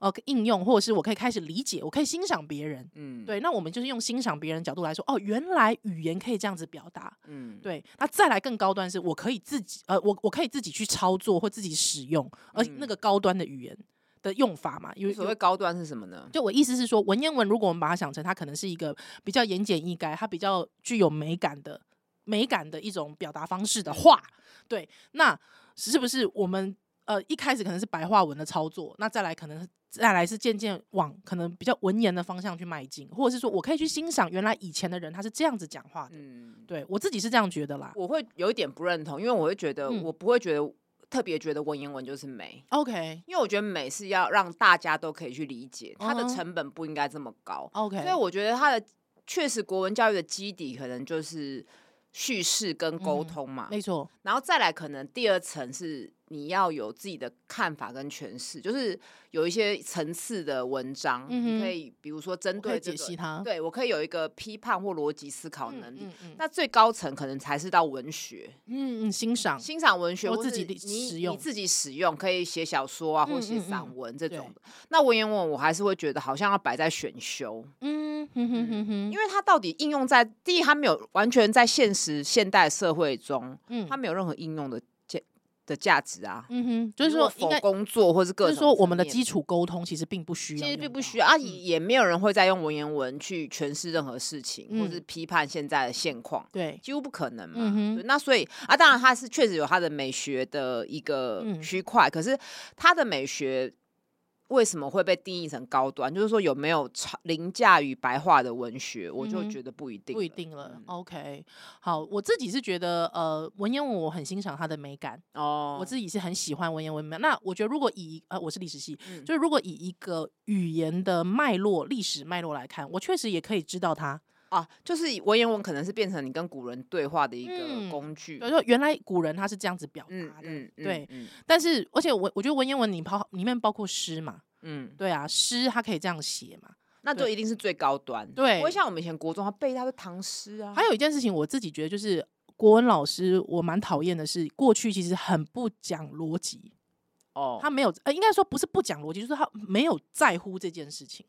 S1: 呃，应用或者是我可以开始理解，我可以欣赏别人。
S3: 嗯，
S1: 对，那我们就是用欣赏别人的角度来说，哦，原来语言可以这样子表达。
S3: 嗯，
S1: 对，那再来更高端是，我可以自己，呃，我我可以自己去操作或自己使用，而
S3: 嗯
S1: 那个高端的语言的用法嘛，因为
S3: 所谓高端是什么呢？
S1: 就我意思是说，文言文如果我们把它想成它可能是一个比较言简意赅，它比较具有美感的美感的一种表达方式的话，对，那是不是我们呃一开始可能是白话文的操作，那再来可能再来是渐渐往可能比较文言的方向去迈进，或者是说我可以去欣赏原来以前的人他是这样子讲话的，
S3: 嗯，
S1: 对我自己是这样觉得啦。
S3: 我会有一点不认同，因为我会觉得，
S1: 嗯
S3: 我不会觉得特别觉得文言文就是美。
S1: OK
S3: 因为我觉得美是要让大家都可以去理解，它的
S1: 嗯哼
S3: 成本不应该这么高。
S1: 哦 OK，
S3: 所以我觉得它的确实国文教育的基底可能就是叙事跟沟
S1: 嗯
S3: 通嘛。
S1: 没错，
S3: 然后再来，可能第二层是你要有自己的看法跟诠释，就是有一些层次的文章，
S1: 嗯
S3: 你
S1: 哼
S3: 可以比如说针
S1: 我可
S3: 对
S1: 以
S3: 这
S1: 解
S3: 个，
S1: 析它。
S3: 对我可以有一个批判或逻辑思考
S1: 嗯，
S3: 能力。
S1: 嗯嗯
S3: 那最高层可能才是到文学，
S1: 嗯嗯，欣赏
S3: 欣赏文学
S1: 或
S3: 或
S1: 自
S3: 是
S1: 己的
S3: 你
S1: 使
S3: 你
S1: 用
S3: 自己使用，可以写小说啊，或
S1: 嗯
S3: 写
S1: 嗯
S3: 散
S1: 嗯
S3: 文这种
S1: 对
S3: 的。那文言文我还是会觉得好像要摆在选修，
S1: 嗯哼哼哼哼，
S3: 因
S1: 为
S3: 为它到底应用在第一，它没有完全在现实现代社会中，
S1: 嗯
S3: 它没有任何应用的价的价值啊。
S1: 嗯哼，就是
S3: 如果
S1: 说应该
S3: 否工作或是各
S1: 就
S3: 种
S1: 是
S3: 层面，
S1: 说我们的基础沟通其实并不需要用到，
S3: 其实并不需要啊，
S1: 嗯
S3: 也也没有人会再用文言文去诠释任何事情，或是
S1: 嗯
S3: 批判现在的现况。
S1: 对，
S3: 几乎不可能嘛。
S1: 嗯哼
S3: 对，那所以啊，当然它是确实有它的美学的一个
S1: 嗯
S3: 区块，可是它的美学为什么会被定义成高端？就是说有没有超凌驾于白话的文学，我
S1: 嗯
S3: 就
S1: 哼
S3: 觉得不一定，
S1: 不一。定了。
S3: 嗯
S1: OK，好，我自己是觉得呃，文言文我很欣赏它的美感，
S3: 哦，
S1: 我自己是很喜欢文言文美感。那我觉得如果以呃，我是历史系，
S3: 嗯
S1: 就是如果以一个语言的脉络、历史脉络来看，我确实也可以知道它。
S3: 啊，就是文言文可能是变成你跟古人对话的一
S1: 嗯
S3: 个工具
S1: 比如。说，原来古人他是这样子表
S3: 嗯
S1: 达的，
S3: 嗯，嗯
S1: 对，
S3: 嗯
S1: 但是而且我我觉得文言文里包里面包括诗嘛，
S3: 嗯，
S1: 对啊，诗它可以这样写嘛。
S3: 那就
S1: 对
S3: 一定是最高端。
S1: 对
S3: 不会像我们以前国中，他背他的唐诗啊，
S1: 还有一件事情，我自己觉得就是国文老师，我蛮讨厌的是，过去其实很不讲逻辑，
S3: 哦，
S1: 他没有，呃，应该说不是不讲逻辑，就是他没有在乎这件事情。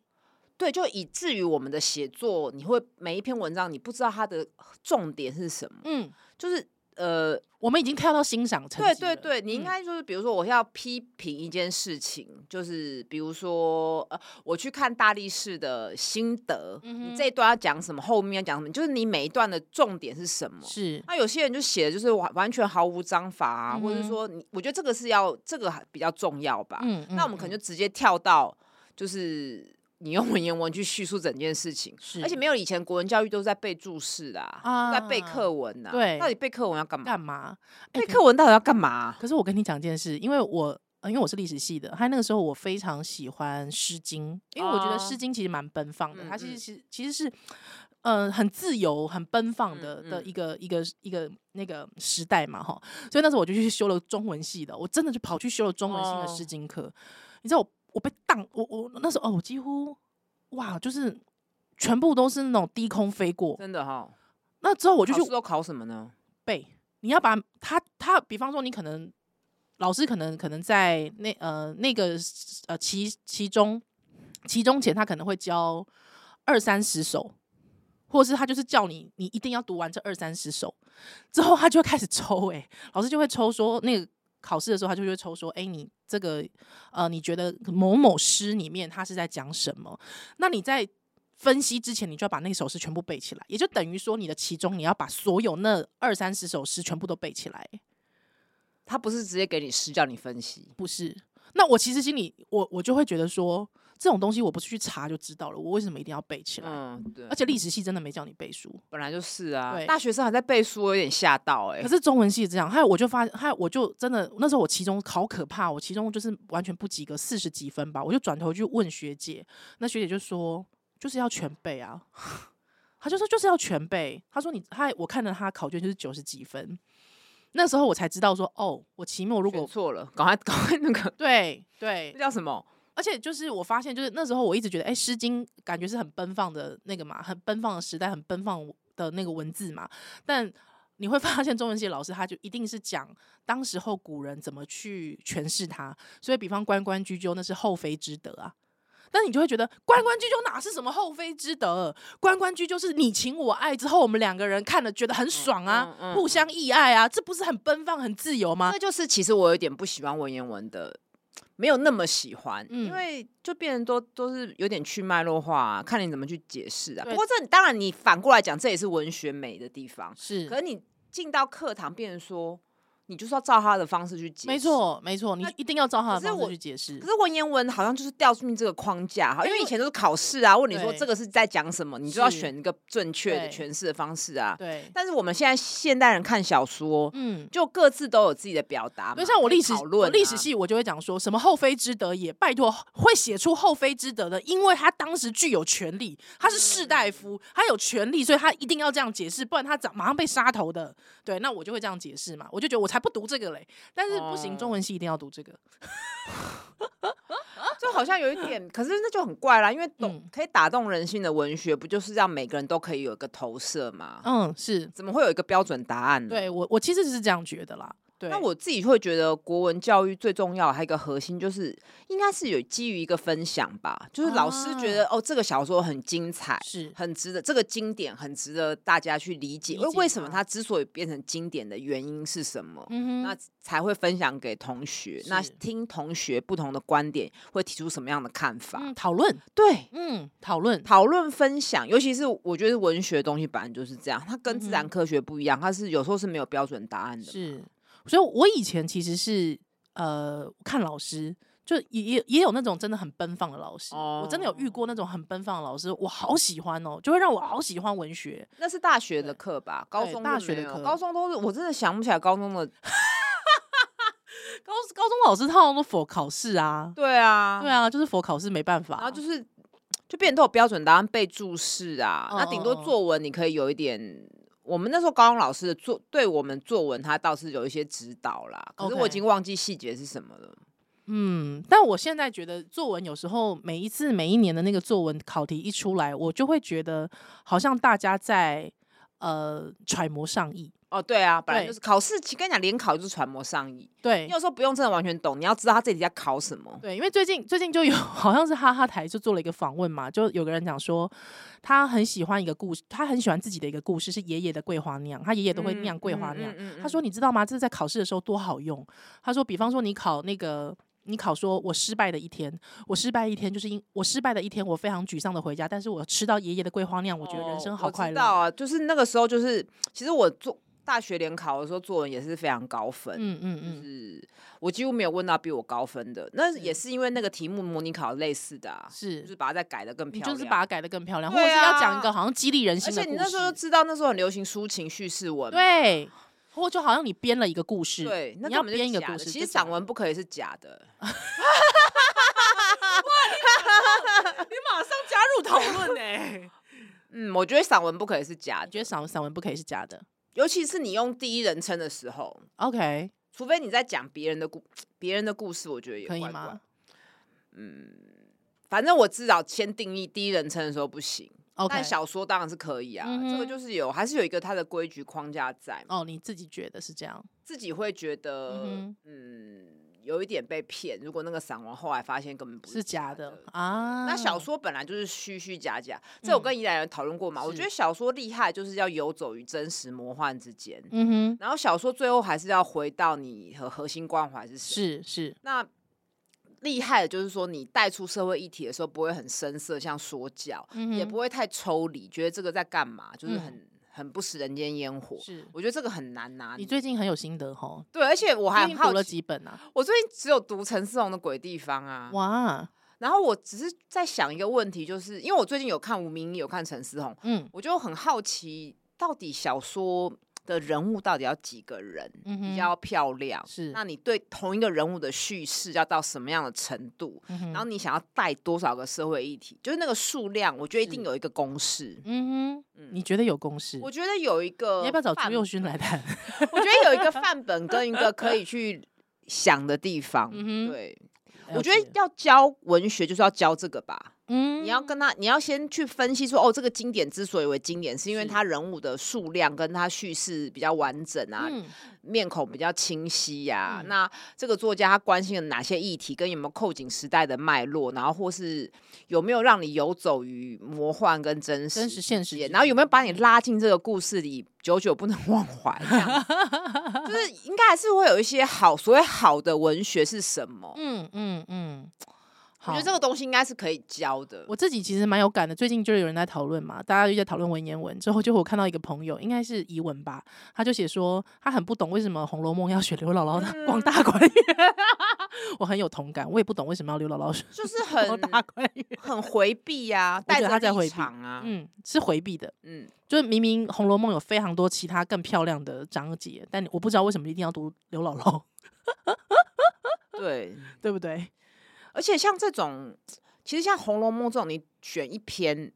S3: 对，就以至于我们的写作，你会每一篇文章，你不知道它的重点是什么，
S1: 嗯，
S3: 就是呃，
S1: 我们已经跳到欣赏层
S3: 对
S1: 级
S3: 对
S1: 了
S3: 对，你应
S1: 嗯
S3: 该就是比如说我要批评一件事情，就是比如说呃，我去看大力士的心得，
S1: 嗯哼
S3: 你这一段要讲什么，后面要讲什么，就是你每一段的重点是什么。
S1: 是
S3: 那有些人就写的就是完完全毫无章法啊，或者
S1: 嗯哼
S3: 说你，我觉得这个是要这个还比较重要吧。
S1: 嗯，
S3: 那我们可能
S1: 就
S3: 就直接跳到，就是你用文言文去叙述整件事情，
S1: 是
S3: 而且没有以前国文教育都是在背注释的、啊，都在背
S1: 啊
S3: 课文呐、
S1: 对
S3: 到底背课文要干嘛？
S1: 干嘛？哎
S3: 背
S1: 可
S3: 课文到底要干嘛啊、
S1: 可是我跟你讲一件事，因为我。呃因为我是历史系的，还有那个时候我非常喜欢《诗经》，因为我觉得《
S3: 哦
S1: 诗经》其实蛮奔放的，
S3: 嗯
S1: 它其实
S3: 嗯
S1: 是其实是，呃，很自由、很奔放的
S3: 嗯
S1: 的
S3: 嗯
S1: 一个一个一个那个时代嘛，哈。所以那时候我就去修了中文系的，我真的就跑去修了中文系的
S3: 哦
S1: 《诗经》课。你知道我我被当我我那时候哦，我几乎哇，就是全部都是那种低空飞过。
S3: 真的哈、
S1: 那之后我
S3: 我
S1: 就
S3: 就
S1: 去
S3: 去都考什么呢？
S1: 背，你要把他他，比方说你可能老师可能可能在那呃那个呃期期中期中前，他可能会教二三十首，或者是他就是叫你你一定要读完这二三十首，之后他就会开始抽、欸，老师就会抽说那个。考试的时候，他就会抽说：“哎、你这个呃，你觉得某某诗里面他是在讲什么？那你在分析之前，你就要把那首诗全部背起来，也就等于说你的其中你要把所有那二三十首诗全部都背起来。
S3: 他不是直接给你诗叫你分析，
S1: 不是，那我其实心里我我就会觉得说，这种东西我不是去查就知道了，我为什么一定要背起来？
S3: 嗯，对
S1: 而，且历史系真的没叫你背书，
S3: 本来就是啊
S1: 对，
S3: 大学生还在背书，我有点吓到哎、
S1: 可是中文系这样，还有我就发，还有我就真的那时候我期中好可怕，我期中就是完全不及格，四十几分吧，我就转头去问学姐，那学姐就说就是要全背啊， 她就说就是要全背，她说你她我看了她考卷就是九十几分，那时候我才知道说哦，我期末如
S3: 选
S1: 果
S3: 错了，赶快赶快那个
S1: 对
S3: 那
S1: 对，
S3: 叫什么？
S1: 而且就是我发现就是那时候我一直觉得哎，诗经》感觉是很奔放的那个嘛，很奔放的时代，很奔放的那个文字嘛，但 你会发现中文系的老师他就一定是讲当时候古人怎么去诠释它，所以比方关关雎鸠那是后妃之德啊。但你就会觉得关关雎鸠哪是什么后妃之德？关关雎鸠是你情我爱之后，我们两个人看了觉得很爽啊，
S3: 嗯嗯
S1: 互相义爱啊，这不是很奔放、很自由吗
S3: 那？就是其实我有点不喜欢文言文的，没有那么喜欢，
S1: 嗯
S3: 因为就变成都都是有点去脉络化、啊，看你怎么去解释啊。
S1: 对
S3: 不过这当然你反过来讲，这也是文学美的地方。
S1: 是
S3: 可是你进到课堂，变成说你就是要照他的方式去解释。
S1: 没。错，没错，你
S3: 那
S1: 一定要照他的
S3: 可是
S1: 方式
S3: 我
S1: 去解释
S3: 可。是文言文好像就是掉进这个框架哈，因为以前都是考试啊，问你说
S1: 对
S3: 这个是在讲什么，你就要
S1: 是
S3: 选一个正确的
S1: 对
S3: 诠释的方式啊。
S1: 对，
S3: 但是我们现在现代人看小说，
S1: 嗯，
S3: 就各自都有自己的表达嘛，
S1: 就像我
S3: 可以
S1: 历史
S3: 讨
S1: 我
S3: 论
S1: 历
S3: 啊
S1: 史系，我就会讲说什么后妃之德也，拜托会写出后妃之德的，因为他当时具有权力，他是士
S3: 嗯
S1: 大夫，他有权力，所以他一定要这样解释，不然他早马上被杀头的。对，那我就会这样解释嘛，我就觉得我才不读这个嘞，但是不行，
S3: 哦
S1: 中文系一定要读这个。
S3: 就好像有一点，可是那就很怪啦，因为懂、
S1: 嗯
S3: 可以打动人心的文学，不就是让每个人都可以有一个投射吗？
S1: 嗯，是
S3: 怎么会有一个标准答案呢？，
S1: 对我我其实是这样觉得啦。对，
S3: 嗯那我自己会觉得国文教育最重要，还有一个核心就是应该是有基于一个分享吧，就是老师觉
S1: 啊
S3: 得、哦这个小说很精彩。
S1: 是
S3: 很值得，这个经典很值得大家去理解。
S1: 理
S3: 为
S1: 解
S3: 为什么
S1: 它
S3: 它之所以变成经典的原因是什么？
S1: 嗯
S3: 那
S1: 哼，
S3: 才会分享给同学。那
S1: 是
S3: 听同学不同的观点，会提出什么样的看法？
S1: 嗯，讨论，
S3: 对，
S1: 嗯，讨论，
S3: 讨论分享，尤其是我觉得文学的东西本来就是这样，它跟自
S1: 嗯
S3: 然
S1: 哼
S3: 科学不一样，它是有时候是没有标准答案的。
S1: 是，所以我以前其实是呃看老师，就也也也有那种真的很奔放的老师，我真的有遇过那种
S3: 哦
S1: 很奔放的老师，我好喜欢哦，就会让我好喜欢文学。
S3: 那是大学的
S1: 对
S3: 课吧？高
S1: 对
S3: 中
S1: 大
S3: 就
S1: 学
S3: 没
S1: 的
S3: 有
S1: 课
S3: 高中都是我真的想不起来高中的。
S1: 高高中老师他们都否考试啊，
S3: 对啊，
S1: 对啊啊，就是否考试没办法，
S3: 然后就是就变成都有标准答案背注释啊，那顶多
S1: 嗯嗯嗯
S3: 作文你可以有一点。我们那时候高中老师的作对我们作文，他倒是有一些指导啦，可是我已
S1: OK
S3: 经忘记细节是什么了。
S1: 嗯，但我现在觉得作文有时候每一次每一年的那个作文考题一出来，我就会觉得好像大家在呃揣摩上意，
S3: 哦，对啊，本来
S1: 对
S3: 就是考试，其实跟你讲，联考就是揣摩上意，
S1: 对
S3: 你，有时候不用真的完全懂，你要知道他这题在考什么。
S1: 对，因为最近最近就有 好像是哈哈台就做了一个访问嘛，就有个人讲说他很喜欢一个故事，他很喜欢自己的一个故事是爷爷的桂花酿，他爷爷都
S3: 嗯
S1: 会酿桂花酿。他说：“你知道吗？这是在考试的时候多好用。”他说：“比方说你考那个，你考说我失败的一天，我失败一天就是因我失败的一天，我非常沮丧的回家，但是我吃到爷爷的桂花酿，我觉得人生好快
S3: 我知
S1: 乐。哦
S3: 道啊，就是那个时候，就是其实我做大学联考的时候，作文也是非常高分。
S1: 嗯嗯
S3: 就
S1: 嗯，
S3: 是我几乎没有问到比我高分的，那
S1: 是
S3: 也是因为那个题目模拟考类似的、啊，就是
S1: 嗯是，
S3: 把它再改的更
S1: 你
S3: 漂
S1: 就
S3: 亮。
S1: 是把它改的更漂亮，或
S3: 对
S1: 者是要讲
S3: 啊
S1: 一个好像激励人
S3: 而
S1: 心的
S3: 且
S1: 故事。
S3: 你那时候就知道，那时候很流行抒情叙事文嘛，
S1: 对，或就好像你编了一个故事，
S3: 对，那
S1: 你要
S3: 根本就
S1: 编一个
S3: 假
S1: 故
S3: 的
S1: 事
S3: 其
S1: 就
S3: 实散
S1: 假
S3: 文不可以是 假的，
S1: 马上加入讨论 呢。
S3: 欸嗯，我觉得散文不可以是假
S1: 你觉得
S3: 的，
S1: 散文散文不可以是假的
S3: 尤其是你用第一人称的时候，
S1: ？OK，
S3: 除非你在讲别人的故别人的故事，我觉得也
S1: 可以
S3: 怪怪
S1: 吗
S3: 反正我至少先定义第一人称的时候不行
S1: ？OK，
S3: 但小说当然是可以啊。这
S1: 嗯
S3: 个
S1: 哼
S3: 就是有，还是有一个它的规矩框架在嘛，
S1: 哦，你自己觉得是这样？
S3: 自己会觉得
S1: 嗯
S3: 嗯有一点被骗。如果那个散文后来发现根本不
S1: 是假
S3: 假
S1: 的啊？
S3: 那小说本来就是虚虚假假，这我
S1: 嗯
S3: 跟宜兰人讨论过嘛。我觉
S1: 是
S3: 得小说厉害就是要游走于真实魔幻之间，
S1: 嗯哼，
S3: 然后小说最后还是要回到你和核心关怀是谁。
S1: 是是，
S3: 那厉害的就是说，你带出社会议题的时候不会很生涩，像说教，
S1: 嗯
S3: 也不
S1: 会
S3: 会太抽离，觉得这个在干嘛，就是
S1: 嗯
S3: 很、很不食人间烟火。
S1: 是。
S3: 我觉得这个很难拿
S1: 你
S3: 捏。
S1: 最近很有心得吼，
S3: 对，而且我还
S1: 最近
S3: 很
S1: 读
S3: 好
S1: 了
S3: 奇，
S1: 几本啊？
S3: 我最近只有读陈思宏的《鬼地方》啊。
S1: 哇，
S3: 然后我只是在想一个问题，就是因为我最近有看吴明义，有看陈思宏，
S1: 嗯
S3: 我就很好奇，到底小说的人物到底要几个人
S1: 嗯哼，
S3: 比较漂亮？
S1: 是，
S3: 那你对同一个人物的叙事要到什么样的程度？
S1: 嗯哼
S3: 然后你想要带多少个社会议题？就是那个数量，我觉得一
S1: 是
S3: 定有一个公式。
S1: 嗯哼，你觉得有公式？
S3: 我
S1: 你
S3: 觉得有一个，
S1: 要不要找朱佑？勋来谈？
S3: 我觉得有一个范 本跟一个可以去想的地方。
S1: 嗯哼
S3: 对，
S1: 了
S3: 我觉得
S1: 解，
S3: 要教文学就是要教这个吧。
S1: 嗯
S3: 你要跟他，你要先去分析说，哦，这个经典之所以为经典，是因为
S1: 是
S3: 它人物的数量跟它叙事比较完整啊，
S1: 嗯
S3: 面孔比较清晰呀、啊。
S1: 嗯
S3: 那这个作家他关心了哪些议题，跟有没有扣紧时代的脉络，然后或是有没有让你游走于魔幻跟真实
S1: 真实现
S3: 之
S1: 实
S3: 间
S1: 之嗯
S3: 然后有没有
S1: 间
S3: 把你拉进这个故事里，久久不能 忘怀？这样子 就是应该还是会有一些好，所谓好的文学是什么？
S1: 嗯嗯嗯，
S3: 我觉得这个东西应该是可以教的。
S1: 我自己其实蛮有感的，最近就是有人在讨论嘛，大家就在讨论文言文。之后就我看到一个朋友，应该是怡文吧，他就写说他很不懂为什么《红楼梦》要选刘姥姥
S3: 嗯
S1: 的逛大观园， 我很有同感，我也不懂为什么要刘姥姥选
S3: 就是
S1: 逛
S3: 很
S1: 大观园。
S3: 很回避呀、啊，
S1: 我觉
S3: 带
S1: 得他在
S3: 着
S1: 回
S3: 立
S1: 避
S3: 场嗯啊，嗯
S1: 嗯，是回避的，
S3: 嗯，
S1: 就是明明《红楼梦》有非常多其他更漂亮的章节，但我不知道为什么一定要读刘姥姥，
S3: 对。
S1: 对不对？
S3: 而且像这种，其实像《红楼梦》这种，你选一篇，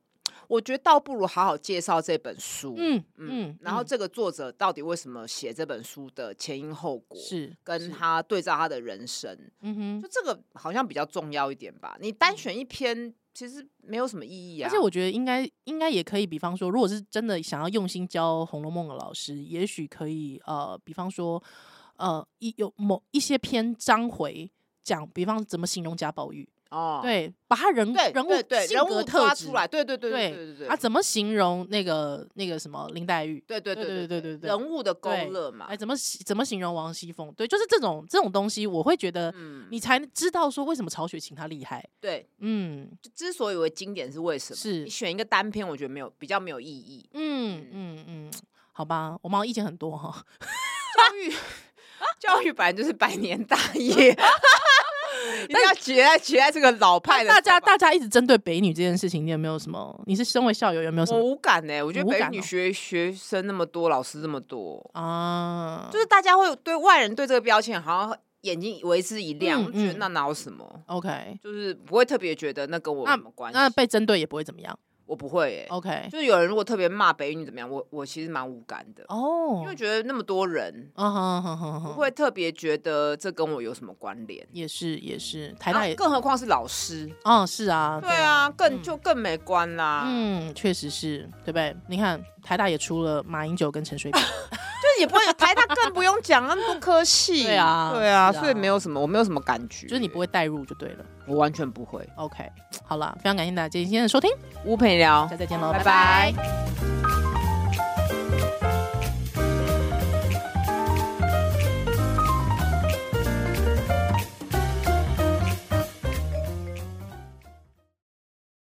S3: 我觉得倒不如好好介绍这本书，嗯
S1: 嗯嗯，
S3: 然后
S1: 嗯
S3: 这个作者到底为什么写这本书的前因后果，
S1: 是
S3: 跟
S1: 是
S3: 他对照他的人生，
S1: 嗯哼
S3: 就。这个好像比较重要一点吧。你单选一篇，其实没有什么意义啊。
S1: 嗯而且我觉得应该应该也可以，比方说，如果是真的想要用心教《红楼梦》的老师，也许可以呃，比方说呃，一有某一些篇章回讲，比方怎么形容贾宝玉，
S3: 哦，
S1: 对，把他人
S3: 对
S1: 人物
S3: 对对，
S1: 性
S3: 人
S1: 格
S3: 物
S1: 特
S3: 抓
S1: 质
S3: 出来，，对对对
S1: 对
S3: 对对
S1: 啊，怎么形容那个那个什么林黛玉？
S3: 对对
S1: 对
S3: 对
S1: 对对对对
S3: 人物的勾
S1: 对
S3: 勒嘛
S1: 哎，，怎么形怎么形容王熙凤？对，就是这种这种东西，我会觉得
S3: 嗯，
S1: 你才知道说为什么曹雪芹他厉害。
S3: 对，
S1: 嗯
S3: 就之所以为经典是为什么？
S1: 是
S3: 你选一个单篇，我觉得没有比较没有意义。
S1: 嗯嗯嗯，好吧，我们好像意见很多哈。
S3: 教育 教育本来就是百年大业， 一定要结在结在这个老派的
S1: 大家
S3: 头发
S1: 大家一直针对北女这件事情，你有没有什么？你是身为校友有没有什
S3: 我
S1: 么
S3: 无感呢、我觉得
S1: 无
S3: 北
S1: 感
S3: 女
S1: 哦
S3: 学、学生那么多，老师那么多，
S1: 啊？
S3: 就是大家会对外人对这个标签好像眼睛为之一亮，
S1: 嗯
S3: 我觉得
S1: 嗯
S3: 那哪有什么，
S1: OK，
S3: 就是不会特别觉得那跟我有什么关系。
S1: 那被哦针对也不会怎么样。
S3: 我不会耶、
S1: OK，
S3: 就是有人如果特别骂北女怎么样，我我其实蛮无感的，
S1: 哦
S3: 因为，觉得那么多人。
S1: 啊哈哈哈
S3: 不
S1: 哈，
S3: 会特别觉得这跟我有什么关联，
S1: 也是也是，台大
S3: 然后
S1: 也，
S3: 更何况是老师，
S1: 嗯，是啊，
S3: 啊对，啊，更
S1: 嗯
S3: 就更没关啦。
S1: 嗯，确实是，对不对？你看台大也出了马英九跟陈水 扁，
S3: 就是也不会台大更不用讲那么多科 系，
S1: 对啊
S3: 对啊，
S1: 是啊
S3: 所以没有什么，我没有什么感觉，
S1: 就是你不
S3: 会，
S1: 会代入就对了。
S3: 我完全不会。
S1: OK，好了，非常感谢大家今天的收听，
S3: 吴佩聊
S1: 下，次再见喽，
S3: 拜
S1: 拜拜
S3: 拜